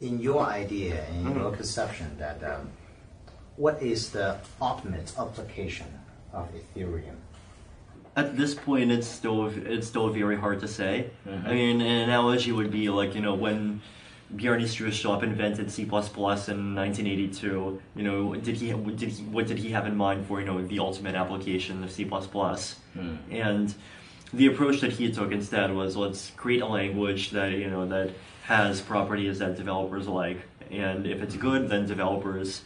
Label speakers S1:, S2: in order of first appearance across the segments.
S1: in your idea, in your conception, that um, what is the ultimate application of Ethereum?
S2: At this point, it's still it's still very hard to say. I mean, an analogy would be like you know when Bjarni Stroushop invented C++ in 1982. You know, did he what did he what did he have in mind for you know the ultimate application of C++? And the approach that he took instead was let's create a language that you know that has properties that developers like, and if it's good, then developers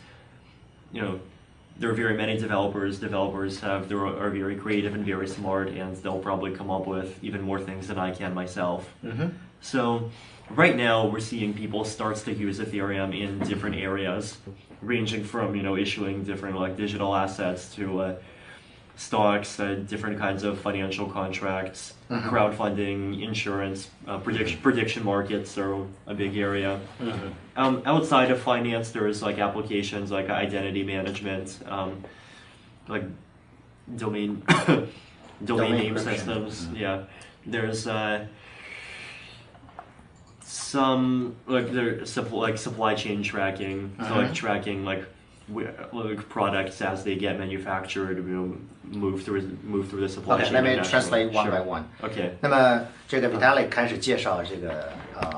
S2: you know, there are very many developers. Developers have they are very creative and very smart, and they'll probably come up with even more things than I can myself. So, right now we're seeing people starts to use Ethereum in different areas, ranging from you know issuing different like digital assets to uh, stocks, uh, different kinds of financial contracts, crowdfunding, insurance, uh, prediction prediction markets are a big area. Um, outside of finance, there's like applications like identity management, um, like domain domain,
S1: Domain
S2: name
S1: encryption.
S2: systems. Yeah, there's. Uh, some like there supp- like supply chain tracking, so
S1: Uh-huh.
S2: like tracking like wh- like products as they get manufactured, you know, move through move through the supply
S1: Okay,
S2: chain.
S1: let me
S2: naturally.
S1: translate one
S2: Sure.
S1: by one.
S2: Okay.
S1: 那么这个 Vitalik 开始介绍这个呃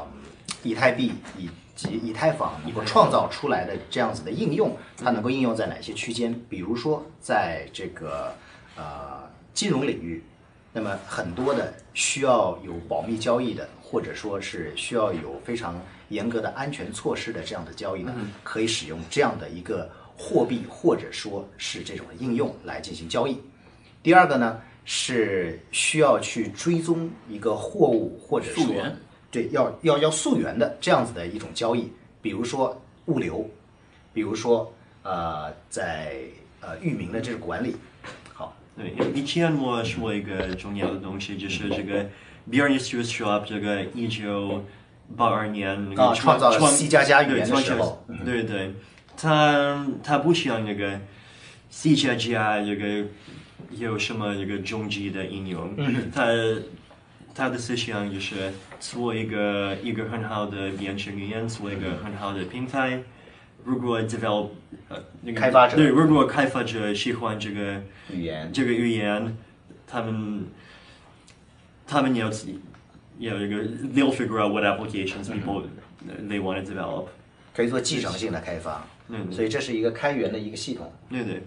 S1: 以太币以及以太坊能够创造出来的这样子的应用，它能够应用在哪些区间？比如说在这个呃金融领域，那么很多的需要有保密交易的，或者说是需要有非常严格的安全措施的这样的交易呢，可以使用这样的一个货币或者说是这种应用来进行交易。第二个呢是需要去追踪一个货物或者说
S3: 溯源
S1: 对要要要溯源的这样子的一种交易，比如说物流，比如说呃在呃域名的这种管理。好，
S2: 对，以前我说一个重要的东西，就是这个 Bjarni s t r u s h o p 这个一九八二年那
S1: 啊
S2: 个
S1: 创造了
S2: 创
S1: C++ 语
S2: 对
S1: 言的
S2: 创
S1: 时
S2: 造
S1: 候嗯
S2: 对对，他他不像那个 C 加加这个有什么这个终极的应用，
S1: 嗯
S2: 他他的思想就是做一个一个很好的编程语言，做一个很好的平台。如果 develop 呃那个
S1: 开发者
S2: 对，如果开发者喜欢这个
S1: 语言
S2: 这个语言，他们他们要自己要一个 they'll figure out what applications people they want to develop。
S1: 可以做继承性的开发，
S2: 嗯
S1: 所以这是一个开源的一个系统。
S2: 对对，